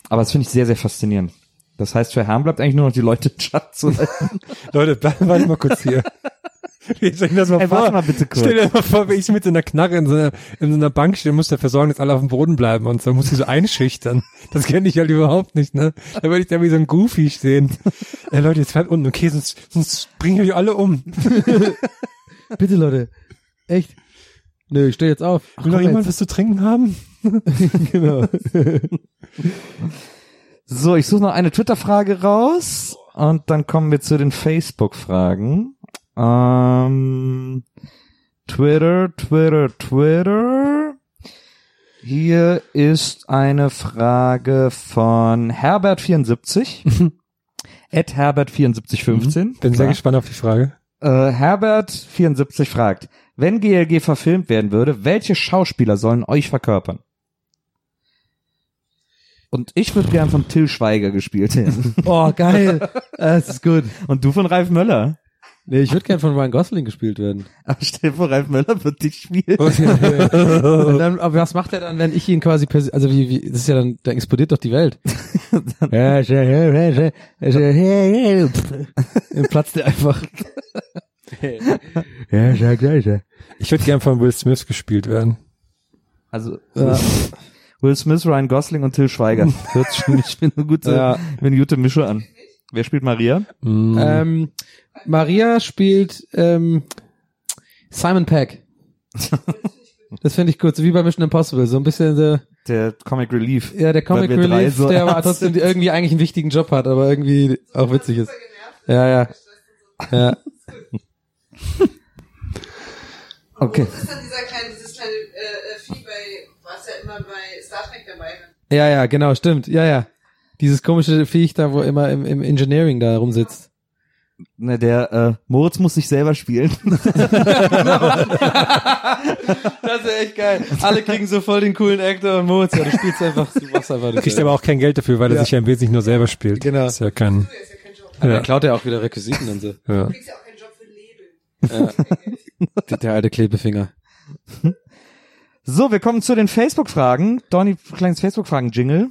S7: Aber das finde ich sehr sehr faszinierend. Das heißt, für Herrn bleibt eigentlich nur noch die Leute in Schach zu halten.
S3: Leute, bleib- warte mal kurz hier. Jetzt Stell dir das mal
S7: Ey,
S3: vor.
S7: warte mal bitte kurz.
S3: Stell dir mal vor, wenn ich mit so einer Knarre in so einer, in so einer Bank stehe und muss dafür sorgen, dass alle auf dem Boden bleiben und so muss ich so einschüchtern. Das kenne ich halt überhaupt nicht, ne? Da würde ich da wie so ein Goofy stehen. Ey, Leute, jetzt bleibt unten, okay, sonst, sonst bringe ich euch alle um.
S5: Bitte, Leute. Echt? Nö, ich stehe jetzt auf. Ach,
S3: Will noch
S5: komm
S3: jemand
S5: jetzt.
S3: was zu trinken haben?
S5: genau.
S7: So, ich suche noch eine Twitter-Frage raus und dann kommen wir zu den Facebook-Fragen. Ähm, Twitter, Twitter, Twitter. Hier ist eine Frage von Herbert74. At Herbert7415.
S3: Mhm, Bin sehr gespannt auf die Frage.
S7: Äh, Herbert74 fragt, wenn GLG verfilmt werden würde, welche Schauspieler sollen euch verkörpern? Und ich würde gern von Till Schweiger gespielt werden.
S5: Oh, geil. Das ist gut.
S7: Und du von Ralf Möller.
S5: Nee, ich würde gern von Ryan Gosling gespielt werden.
S7: Aber stell dir vor, Ralf Möller wird dich spielen.
S5: Und dann, aber was macht er dann, wenn ich ihn quasi perso- also wie, wie das ist ja dann, da explodiert doch die Welt. Ja, schä- schä- schä- schä- schä- schä- schä- Dann platzt er einfach. Ja, schä- schä- schä.
S3: Ich würde gern von Will Smith gespielt werden.
S7: Also Will Smith, Ryan Gosling und Till Schweiger. Hört sich für mich eine gute,
S5: Ja.
S7: eine gute Mische an. Wer spielt Maria?
S5: Ähm, Maria spielt ähm, Simon Peck. Das finde ich gut, so wie bei Mission Impossible, so ein bisschen so,
S7: Der Comic Relief.
S5: ja, der Comic
S7: Weil wir drei
S5: Relief,
S7: so
S5: der aber
S7: ernst
S5: trotzdem irgendwie eigentlich einen wichtigen Job hat, aber irgendwie auch witzig ist. Ja, ja. Ja.
S7: Okay.
S6: Das ist dann dieser kleine, dieses kleine äh, äh, Vieh bei, was ja immer bei Star Trek dabei war.
S5: Ja, ja, genau, stimmt. Ja, ja. Dieses komische Viech da, wo immer im, im Engineering da rumsitzt.
S7: Ne, der äh, Moritz muss sich selber spielen.
S5: Das ist echt geil. Alle kriegen so voll den coolen Actor und Moritz, ja, du spielst einfach, du machst einfach das.
S3: Kriegt aber auch kein Geld dafür, weil er sich ja im Wesentlichen nur selber spielt.
S5: Genau.
S3: Ist ja kein,
S5: Aber er klaut ja auch wieder Requisiten und so.
S3: ja.
S6: Ist ja auch kein Job für Label.
S5: Der, der alte Klebefinger.
S7: So, wir kommen zu den Facebook-Fragen. Donny, kleines Facebook-Fragen-Jingle.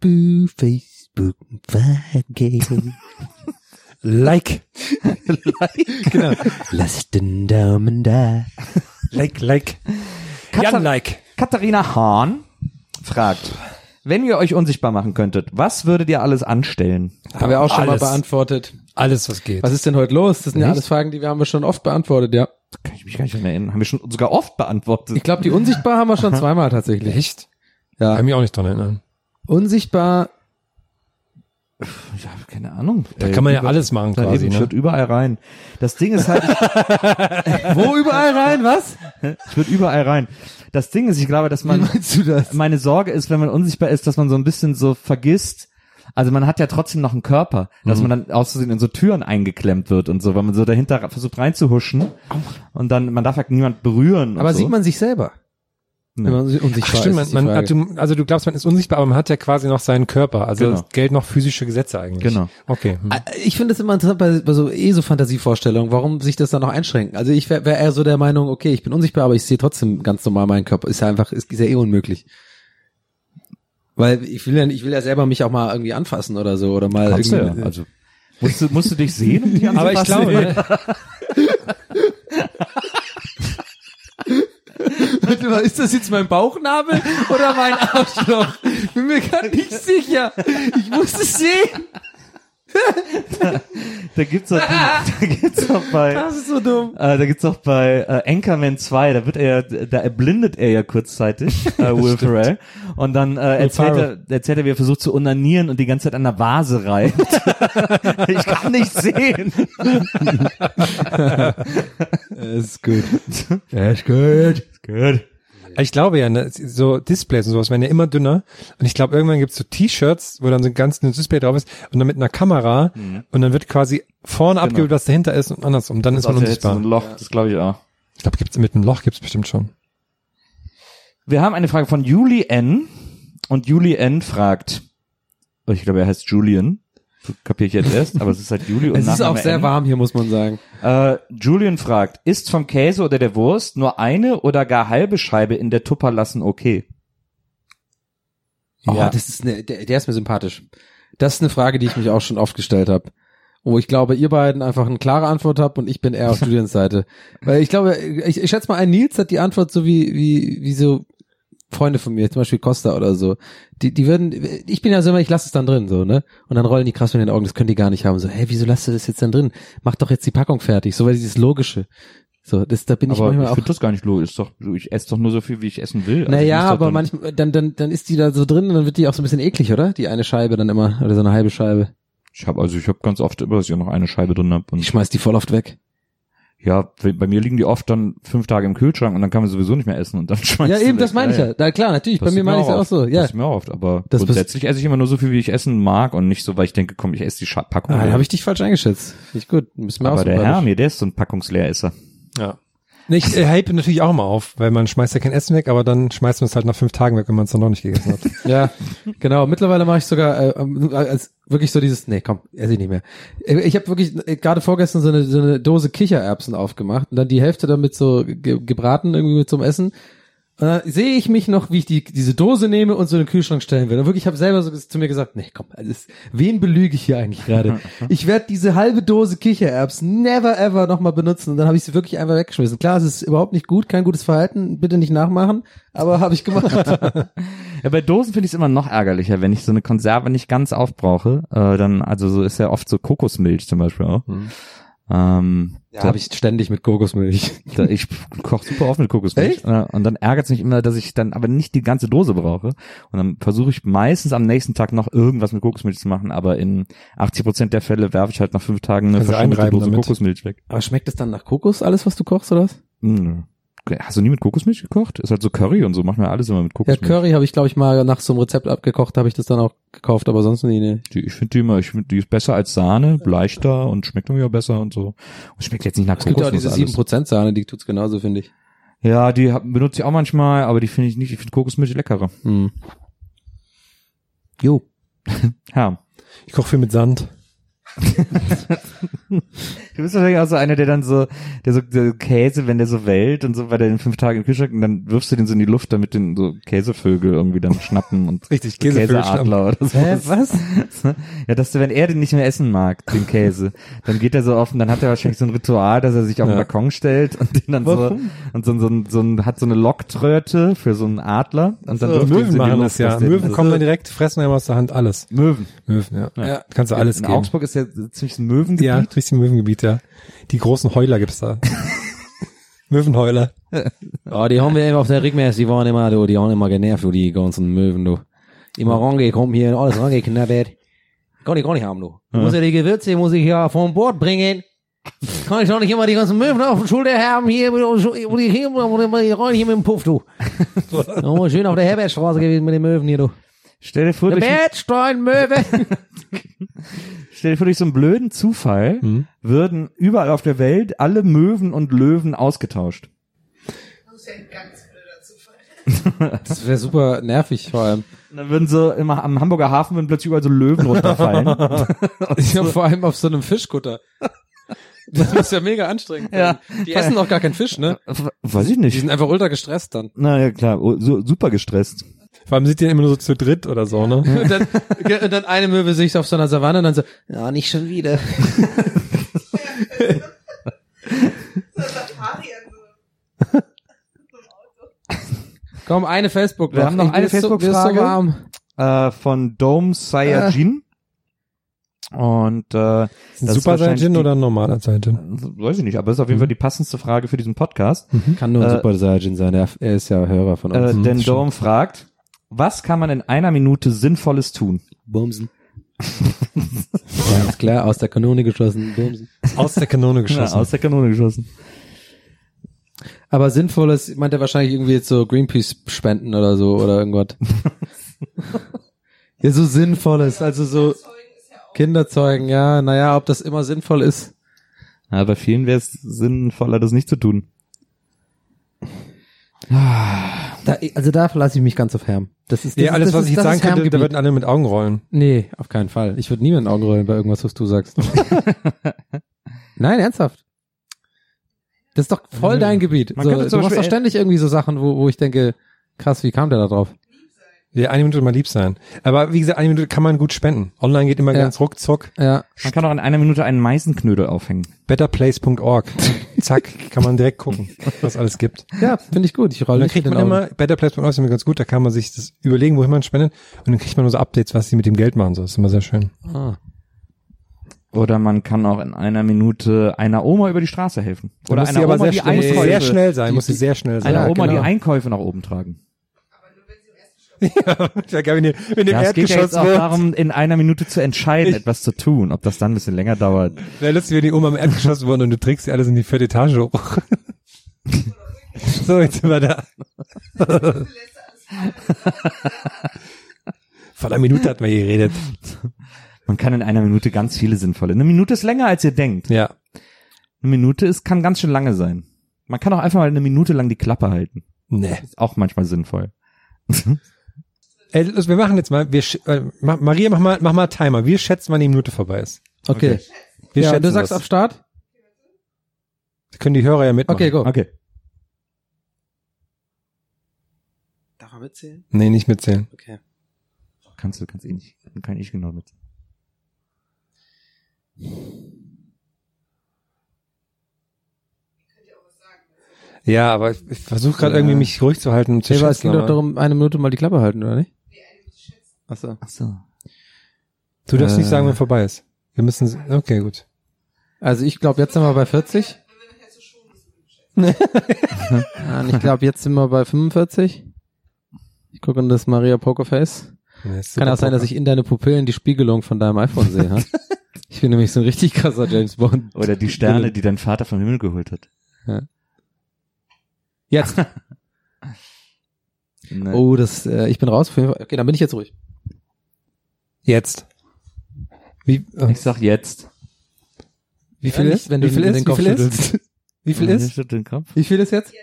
S5: Facebook vergeben.
S3: Like,
S5: Lass den Daumen da.
S3: like, like. Jan like.
S7: Katharina Hahn fragt, wenn ihr euch unsichtbar machen könntet, was würdet ihr alles anstellen?
S5: Haben wir auch schon
S3: Alles.
S5: mal beantwortet.
S3: Alles, was geht.
S5: Was ist denn heute los? Das sind ja alles Fragen, die wir haben wir schon oft beantwortet, ja.
S7: Kann ich mich gar nicht mehr erinnern. Haben wir schon sogar oft beantwortet.
S5: Ich glaube, die unsichtbar haben wir schon zweimal tatsächlich.
S3: Echt?
S5: Ja.
S3: Kann mich auch nicht dran erinnern.
S5: Unsichtbar,
S7: Ich habe keine Ahnung.
S3: Da kann man ja alles machen quasi,
S7: eben, Ich
S3: ne?
S7: würde überall rein. Das Ding ist halt,
S5: wo überall rein, was?
S7: ich würde überall rein. Das Ding ist, ich glaube, dass man,
S5: Meinst du das?
S7: meine Sorge ist, wenn man unsichtbar ist, dass man so ein bisschen so vergisst, also man hat ja trotzdem noch einen Körper, dass
S5: Mhm.
S7: man dann auszusehen in so Türen eingeklemmt wird und so, weil man so dahinter versucht reinzuhuschen und dann, man darf halt niemand berühren. und
S5: Aber
S7: so.
S5: sieht man sich selber? Wenn man sich unsichtbar
S3: Ach, stimmt, man,
S5: ist,
S3: man,
S5: ist die Frage.
S3: also, also du glaubst, man ist unsichtbar, aber man hat ja quasi noch seinen Körper. Also
S7: Genau.
S3: es gelten noch physische Gesetze eigentlich.
S7: Genau.
S3: Okay. hm.
S5: Ah, Ich finde es immer interessant bei, bei so eh so Fantasievorstellungen, warum sich das dann noch einschränken. Also ich wäre wär eher so der Meinung, okay, ich bin unsichtbar, aber ich sehe trotzdem ganz normal meinen Körper. Ist ja einfach, ist, ist ja eh unmöglich. Weil ich will ja, ich will ja selber mich auch mal irgendwie anfassen oder so oder mal
S7: Kannst du ja.
S5: irgendwie.
S7: Also musst du, musst du dich sehen? um die
S3: Aber ich
S7: anzufassen?
S3: glaube, ne,
S5: Warte mal, ist das jetzt mein Bauchnabel oder mein Arschloch? Ich bin mir gar nicht sicher. Ich muss es sehen.
S7: da gibt's doch, da gibt's doch bei, äh,
S5: Das ist so dumm.
S7: da gibt's doch bei äh, Anchorman 2, da wird er, da erblindet er ja kurzzeitig, äh, Will Ferrell, und dann äh, erzählt er,
S3: Ferrell.
S7: erzählt er, wie er versucht zu onanieren und die ganze Zeit an der Vase reibt. ich kann nicht sehen.
S5: ist gut. ist gut.
S7: Gut.
S3: ich glaube ja, ne, so Displays und sowas werden ja immer dünner. Und ich glaube, irgendwann gibt's so T-Shirts, wo dann so ein ganz dünnes Display drauf ist und dann mit einer Kamera und dann wird quasi vorne abgebildet, was dahinter ist und andersrum. Dann ist man unsichtbar.
S7: Loch, das glaube ich auch.
S3: Ich glaube, gibt's mit einem Loch gibt's bestimmt schon.
S7: Wir haben eine Frage von Juli N. Und Juli N. fragt, oh, ich glaube, er heißt Julian. Kapiere ich jetzt erst, aber es ist halt Juli und
S5: Es ist
S7: Nachname
S5: auch sehr
S7: N.
S5: warm hier, muss man sagen.
S7: Äh, Julian fragt, ist vom Käse oder der Wurst nur eine oder gar halbe Scheibe in der Tupper lassen okay?
S5: Oh,
S3: Ja.
S5: das ist ne, der, der ist mir sympathisch. Das ist eine Frage, die ich mich auch schon oft gestellt habe. Wo ich glaube, ihr beiden einfach eine klare Antwort habt und ich bin eher auf Julians Seite. Weil ich glaube, ich, ich schätze mal, ein Nils hat die Antwort so wie, wie, wie so Freunde von mir, zum Beispiel Costa oder so. Die, die würden, ich bin ja so immer, ich lasse es dann drin, so, ne? Und dann rollen die krass mit den Augen, das können die gar nicht haben. So, hey, wieso lasst du das jetzt dann drin? Mach doch jetzt die Packung fertig. So, weil dieses Logische. So, das, da bin ich
S7: aber ich,
S5: manchmal auch.
S7: finde das gar nicht logisch. Ist doch, ich esse doch nur so viel, wie ich essen will. Also
S5: Naja,
S7: ich muss doch
S5: aber
S7: dann-
S5: manchmal, dann, dann, dann ist die da so drin und dann wird die auch so ein bisschen eklig, oder? Die eine Scheibe dann immer, oder so eine halbe Scheibe.
S7: Ich habe also, ich habe ganz oft immer, dass ich noch eine Scheibe drin habe.
S5: Ich schmeiß die voll oft weg.
S7: Ja, bei mir liegen die oft dann fünf Tage im Kühlschrank und dann kann man sowieso nicht mehr essen und dann schmeißt
S5: Ja,
S7: sie
S5: eben,
S7: weg.
S5: das meine ich
S7: Ja,
S5: ja. Na klar, natürlich, bei
S7: Passiert
S5: mir meine ich
S7: auch
S5: ja auch
S7: oft.
S5: so, ja.
S7: Passiert mir auch oft, aber
S5: Das pass-
S7: grundsätzlich esse ich immer nur so viel, wie ich essen mag und nicht so, weil ich denke, komm, ich esse die Scha- Packung.
S5: Ah,
S7: leer.
S5: dann habe ich dich falsch eingeschätzt. Nicht gut. Müssen wir
S7: aber
S5: auch
S7: der Herr, mir, der ist so ein Packungsleeresser.
S3: Nee, ich äh, hype natürlich auch mal auf, weil man schmeißt ja kein Essen weg, aber dann schmeißt man es halt nach fünf Tagen weg, wenn man es dann noch nicht gegessen hat.
S5: Ja, genau. Mittlerweile mache ich sogar äh, ähm, als wirklich so dieses, nee, komm, esse ich nicht mehr. Äh, Ich habe wirklich äh, gerade vorgestern so eine, so eine Dose Kichererbsen aufgemacht und dann die Hälfte damit so ge gebraten irgendwie mit zum Essen. Und dann Äh, sehe ich mich noch, wie ich die, diese Dose nehme und so in den Kühlschrank stellen will. Und wirklich, ich habe selber so zu mir gesagt, nee, komm, also es- wen belüge ich hier eigentlich gerade? Ich werde diese halbe Dose Kichererbsen never ever nochmal benutzen. Und dann habe ich sie wirklich einfach weggeschmissen. Klar, es ist überhaupt nicht gut, kein gutes Verhalten, bitte nicht nachmachen, aber habe ich gemacht.
S7: Ja, bei Dosen finde ich es immer noch ärgerlicher, wenn ich so eine Konserve nicht ganz aufbrauche. Äh, dann, also so ist ja oft so Kokosmilch zum Beispiel auch. Ähm,
S5: Ja, habe ich ständig mit Kokosmilch.
S7: da, ich koche super oft mit Kokosmilch.
S5: Echt?
S7: Äh, Und dann ärgert es mich immer, dass ich dann aber nicht die ganze Dose brauche. Und dann versuche ich meistens am nächsten Tag noch irgendwas mit Kokosmilch zu machen, aber in 80 Prozent der Fälle werfe ich halt nach fünf Tagen eine
S3: Kannst du
S7: verschimmelte
S3: einreiben
S7: Dose
S3: damit.
S7: Kokosmilch weg.
S5: Aber schmeckt es dann nach Kokos, alles, was du kochst, oder was?
S7: Hm. Hast du nie mit Kokosmilch gekocht? Ist halt so Curry und so, machen wir alles immer mit
S5: Ja,
S7: Kokosmilch.
S5: Curry habe ich, glaube ich, mal nach so einem Rezept abgekocht, habe ich das dann auch gekauft, aber sonst nie, ne.
S7: Die, ich finde die immer, ich finde die ist besser als Sahne, leichter und schmeckt irgendwie auch besser und so. Und schmeckt jetzt nicht nach
S5: Es gibt ja auch
S7: Kokosnuss
S5: diese
S7: alles.
S5: 7% Sahne, die tut's genauso, finde ich.
S7: Ja, die hab- benutze ich auch manchmal, aber die finde ich nicht, ich finde Kokosmilch leckerer.
S5: Hm. Jo.
S7: Ja.
S3: Ich koche viel mit Sand.
S7: Du bist wahrscheinlich auch so einer, der dann so, der so, der Käse, wenn der so wellt und so, weil der in fünf Tagen im Kühlschrank und dann wirfst du den so in die Luft, damit den so Käsevögel irgendwie dann schnappen und
S3: Richtig, Käsevögel
S7: Käseadler oder so.
S5: Hä, was?
S7: Ja, dass du, wenn er den nicht mehr essen mag, den Käse, dann geht er so offen, dann hat er wahrscheinlich so ein Ritual, dass er sich auf den Balkon stellt und den dann
S5: Warum?
S7: so und so, so, ein- so ein, hat so eine Locktröte für so einen Adler und dann dürfen
S3: Möwen machen das ja. Möwen kommen dann direkt, fressen immer aus der Hand alles.
S7: Möwen.
S3: Möwen, ja. Kannst du alles
S7: In
S3: geben.
S7: Augsburg ist ja ziemlich ein Möwengebiet.
S3: Ja, richtig Möwengebiet, ja. Die großen Heuler gibt's da. Möwenheuler.
S5: Oh, die haben wir immer auf der Rückmesse, die waren immer, du, die haben immer genervt, du, die ganzen Möwen, du. Immer rangekommen hier und alles rangeknabbert. Kann ich gar nicht haben, du. Muss ja die Gewürze, muss ich ja vom Bord bringen. Kann ich doch nicht immer die ganzen Möwen auf der Schulter haben, hier, wo die, wo die, wo die rein hier mit dem Puff, du. Da haben wir schön auf der Herbertstraße gewesen mit den Möwen hier, du.
S7: Stell dir vor, durch,
S5: Bertstein Möwe.
S7: stell dir vor, durch so einen blöden Zufall würden überall auf der Welt alle Möwen und Löwen ausgetauscht.
S5: Das wäre super nervig vor allem.
S7: Und dann würden so im, am Hamburger Hafen würden plötzlich überall so Löwen runterfallen.
S5: Ich glaube vor allem auf so einem Fischkutter. Das ist ja mega anstrengend.
S7: Ja.
S5: Die essen auch gar keinen Fisch, ne?
S7: Weiß ich
S5: Die
S7: nicht.
S5: sind einfach ultra gestresst dann.
S7: Na ja, klar, oh, so, super gestresst.
S3: Vor allem sind die immer nur so zu dritt oder so, ne?
S5: Und dann, ge- und dann eine Möwe sich auf so einer Savanne und dann so, ja, nicht schon wieder. Komm, eine Facebook.
S7: Wir haben noch
S5: Ich- mir
S7: eine
S5: ist so- mir ist
S7: Facebook-Frage.
S5: So, warm.
S7: Äh, von Dome Sayajin. Und äh,
S3: Ein
S7: das ist
S3: Super
S7: wahrscheinlich
S3: Saiyajin
S7: die-
S3: oder Mhm. ein normaler Saiyajin?
S7: Weiß ich nicht, aber das ist auf jeden Fall die passendste Frage für diesen Podcast.
S3: Mhm.
S5: Kann nur
S7: ein Äh,
S5: Super Saiyajin sein, er ist ja Hörer von
S7: Äh, denn Dome fragt, was kann man in einer Minute Sinnvolles tun?
S5: Bumsen. Ganz klar, aus der Kanone geschossen, Bumsen.
S3: Aus der Kanone geschossen.
S7: aus der Kanone geschossen.
S5: Aber sinnvolles, meint er wahrscheinlich irgendwie jetzt so Greenpeace spenden oder so oder irgendwas. ja, so sinnvolles, also so Kinderzeugen, ja, naja, ob das immer sinnvoll ist.
S7: Ja, bei vielen wäre es sinnvoller, das nicht zu tun.
S5: Da, also da verlasse ich mich ganz auf Herm. Das ist das
S3: ja, alles,
S5: ist,
S3: was ich jetzt
S5: das
S3: sagen
S5: ist
S3: könnte, da
S5: Hermgebiet.
S3: würden alle mit Augen rollen.
S5: Nee, auf keinen Fall. Ich würde niemanden Augen rollen bei irgendwas, was du sagst. Nein, ernsthaft. Das ist doch voll dein Gebiet.
S7: Man
S5: so,
S7: könnte
S5: du
S7: zum
S5: machst doch
S7: Beispiel-
S5: ständig irgendwie so Sachen, wo, wo ich denke, krass, wie kam der da drauf?
S3: Ja, eine Minute mal lieb sein. Aber wie gesagt, eine Minute kann man gut spenden. Online geht immer
S5: Ja.
S3: ganz ruckzuck.
S5: Ja.
S7: Man kann auch in einer Minute einen Meisenknödel aufhängen.
S3: Betterplace.org. Zack, kann man direkt gucken, was alles gibt.
S5: Ja, finde ich gut. Ich
S3: Und
S5: rolle
S3: dann
S5: nicht mit
S3: kriegt
S5: den
S3: man
S5: Augen.
S3: immer, Betterplace.org ist immer ganz gut, da kann man sich das überlegen, wohin man spendet. Und dann kriegt man nur so Updates, was sie mit dem Geld machen. So, das ist immer sehr schön.
S7: Oder man kann auch in einer Minute einer Oma über die Straße helfen.
S3: Da
S7: Oder
S3: muss
S7: einer
S3: sie aber
S7: Oma,
S3: sehr,
S7: die
S3: schnell- muss sie
S7: Einkäufe,
S3: sehr schnell sein,
S7: die-
S3: muss sie sehr schnell sein.
S7: einer
S3: Ja,
S7: Oma,
S3: genau.
S7: die Einkäufe nach oben tragen.
S3: Ja, geil, wenn ihr, wenn ihr im
S7: Ja, es geht
S3: Erdgeschoss
S7: ja jetzt auch
S3: wohnt.
S7: darum, in einer Minute zu entscheiden, etwas zu tun. Ob das dann ein bisschen länger dauert.
S3: Wäre lustig, wenn die Oma im Erdgeschoss wohnt und du trägst sie alles in die vierte Etage hoch. so, jetzt sind wir da. Vor einer Minute hatten wir hier geredet.
S7: Man kann in einer Minute ganz viele sinnvolle. Eine Minute ist länger, als ihr denkt.
S3: Ja.
S7: Eine Minute ist, kann ganz schön lange sein. Man kann auch einfach mal eine Minute lang die Klappe halten.
S3: Nee.
S7: Ist auch manchmal sinnvoll.
S3: Ey, los, wir machen jetzt mal, wir, sch- äh, Ma- Maria, mach mal, mach mal Timer. Wir schätzen, wann die Minute vorbei ist.
S5: Okay.
S3: Wir
S5: ja,
S3: schätzen
S5: du sagst
S3: das.
S5: auf Start?
S3: Können die Hörer ja mitmachen.
S5: Okay, go.
S7: Okay.
S8: Darf man mitzählen?
S3: Nee, nicht mitzählen.
S8: Okay.
S7: Kannst du, kannst eh nicht. Kann ich genau mit.
S3: Ja, aber ich, ich versuche gerade irgendwie mich ruhig zu halten und zu
S5: Eva, es
S3: schätzen.
S5: ging doch
S3: aber-
S5: darum, eine Minute mal die Klappe halten, oder nicht? Achso.
S7: Ach so.
S3: du darfst nicht
S7: äh,
S3: sagen, wenn vorbei ist. Wir müssen, okay, gut.
S5: Also ich glaube, jetzt sind wir bei 40. Ja, und ich glaube, jetzt sind wir bei 45. Ich gucke in das Maria Pokerface.
S3: Ja, ist
S5: Kann
S3: super
S5: auch sein, dass ich in deine Pupillen die Spiegelung von deinem iPhone sehe. ha? ich bin nämlich so ein richtig krasser James Bond.
S7: Oder die Sterne, die dein Vater vom Himmel geholt hat.
S5: Jetzt.
S7: Nee.
S5: Oh, das, äh, ich bin raus. Okay, dann bin ich jetzt ruhig.
S3: Jetzt. Wie, äh,
S7: Ich sag jetzt.
S3: wie viel ist?
S5: Ja, nicht, wenn du
S3: wie viel
S5: den
S3: ist?
S5: Kopf
S3: wie viel ist?
S5: schüttelst.
S3: Wie viel ist?
S7: Schüttelt den Kopf.
S5: Wie viel ist jetzt?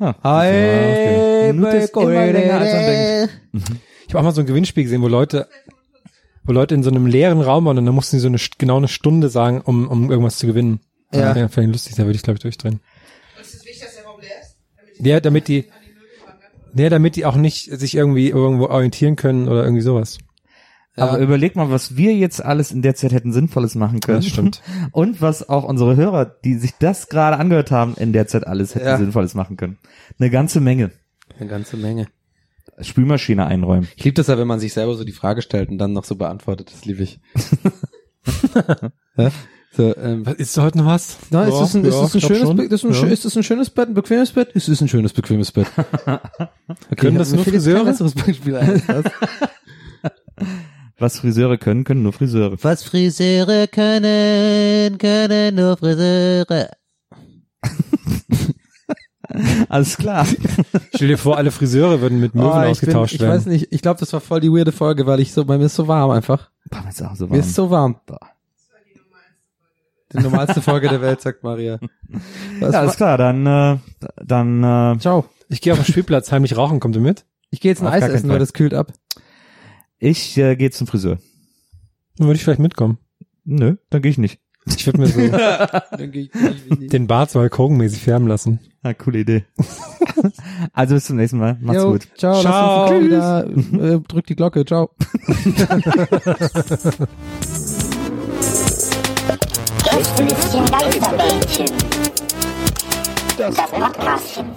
S7: Ah.
S5: Hi,
S7: Minute ist immer länger, als man denkt.
S3: Ich habe auch mal so ein Gewinnspiel gesehen, wo Leute, wo Leute in so einem leeren Raum waren und dann mussten sie so eine St- genau eine Stunde sagen, um, um irgendwas zu gewinnen.
S5: Ja.
S3: ja fand ich lustig, da würde ich glaube ich durchdrehen. Ja, damit die, ja, damit die auch nicht sich irgendwie irgendwo orientieren können oder irgendwie sowas.
S7: Aber überleg mal, was wir jetzt alles in der Zeit hätten Sinnvolles machen können.
S3: Das stimmt.
S7: Und was auch unsere Hörer, die sich das gerade angehört haben, in der Zeit alles hätten
S5: Ja.
S7: Sinnvolles machen können. Eine ganze Menge.
S5: Eine ganze Menge.
S7: Spülmaschine einräumen.
S5: Ich liebe das ja, wenn man sich selber so die Frage stellt und dann noch so beantwortet. Das liebe ich. ja? so, ähm,
S3: Was, ist da heute noch was?
S5: Na, ist es ein, ist es ein schönes, Bett?
S3: Bild?
S5: ist es ein, schö- ist es ein schönes Bett, ein bequemes Bett? Ist es ein schönes, bequemes Bett? Okay, also
S3: Können das
S5: mir
S3: nur
S5: fällt jetzt kein
S3: Friseure?
S5: besseres Beispiel ein als das. Ah,
S7: Was Friseure können, können nur Friseure.
S5: Was Friseure können, können nur Friseure.
S7: Alles klar.
S3: Stell dir vor, alle Friseure würden mit Möwen
S5: ich, bin,
S3: ausgetauscht
S5: ich
S3: werden.
S5: weiß nicht, ich glaube, das war voll die weirde Folge, weil ich so, bei mir ist so warm einfach.
S7: Boah, mir ist auch so
S5: Mir
S7: warm.
S5: ist so warm. Die normalste Folge der Welt, sagt Maria. Was
S7: ja, alles
S5: war,
S7: klar, dann, äh, dann, äh,
S5: ciao.
S3: Ich gehe auf den Spielplatz heimlich rauchen, kommt ihr mit?
S5: Ich gehe jetzt ein
S7: Auf
S5: Eis
S7: gar keinen
S5: essen, weil
S7: Fall.
S5: das kühlt ab.
S7: ich äh, gehe zum Friseur.
S3: Dann würde ich vielleicht mitkommen.
S7: Nö, dann gehe ich nicht.
S3: Ich würde mir so den Bart so Hulk-Hogan-mäßig färben lassen.
S7: Ah, coole Idee. also bis zum nächsten Mal. Macht's
S5: Jo,
S7: gut.
S5: Ciao,
S3: Ciao.
S5: lass uns wieder, äh, drück die Glocke, ciao.
S4: Gästelistchen Geisterbällchen. Das Podcastchen.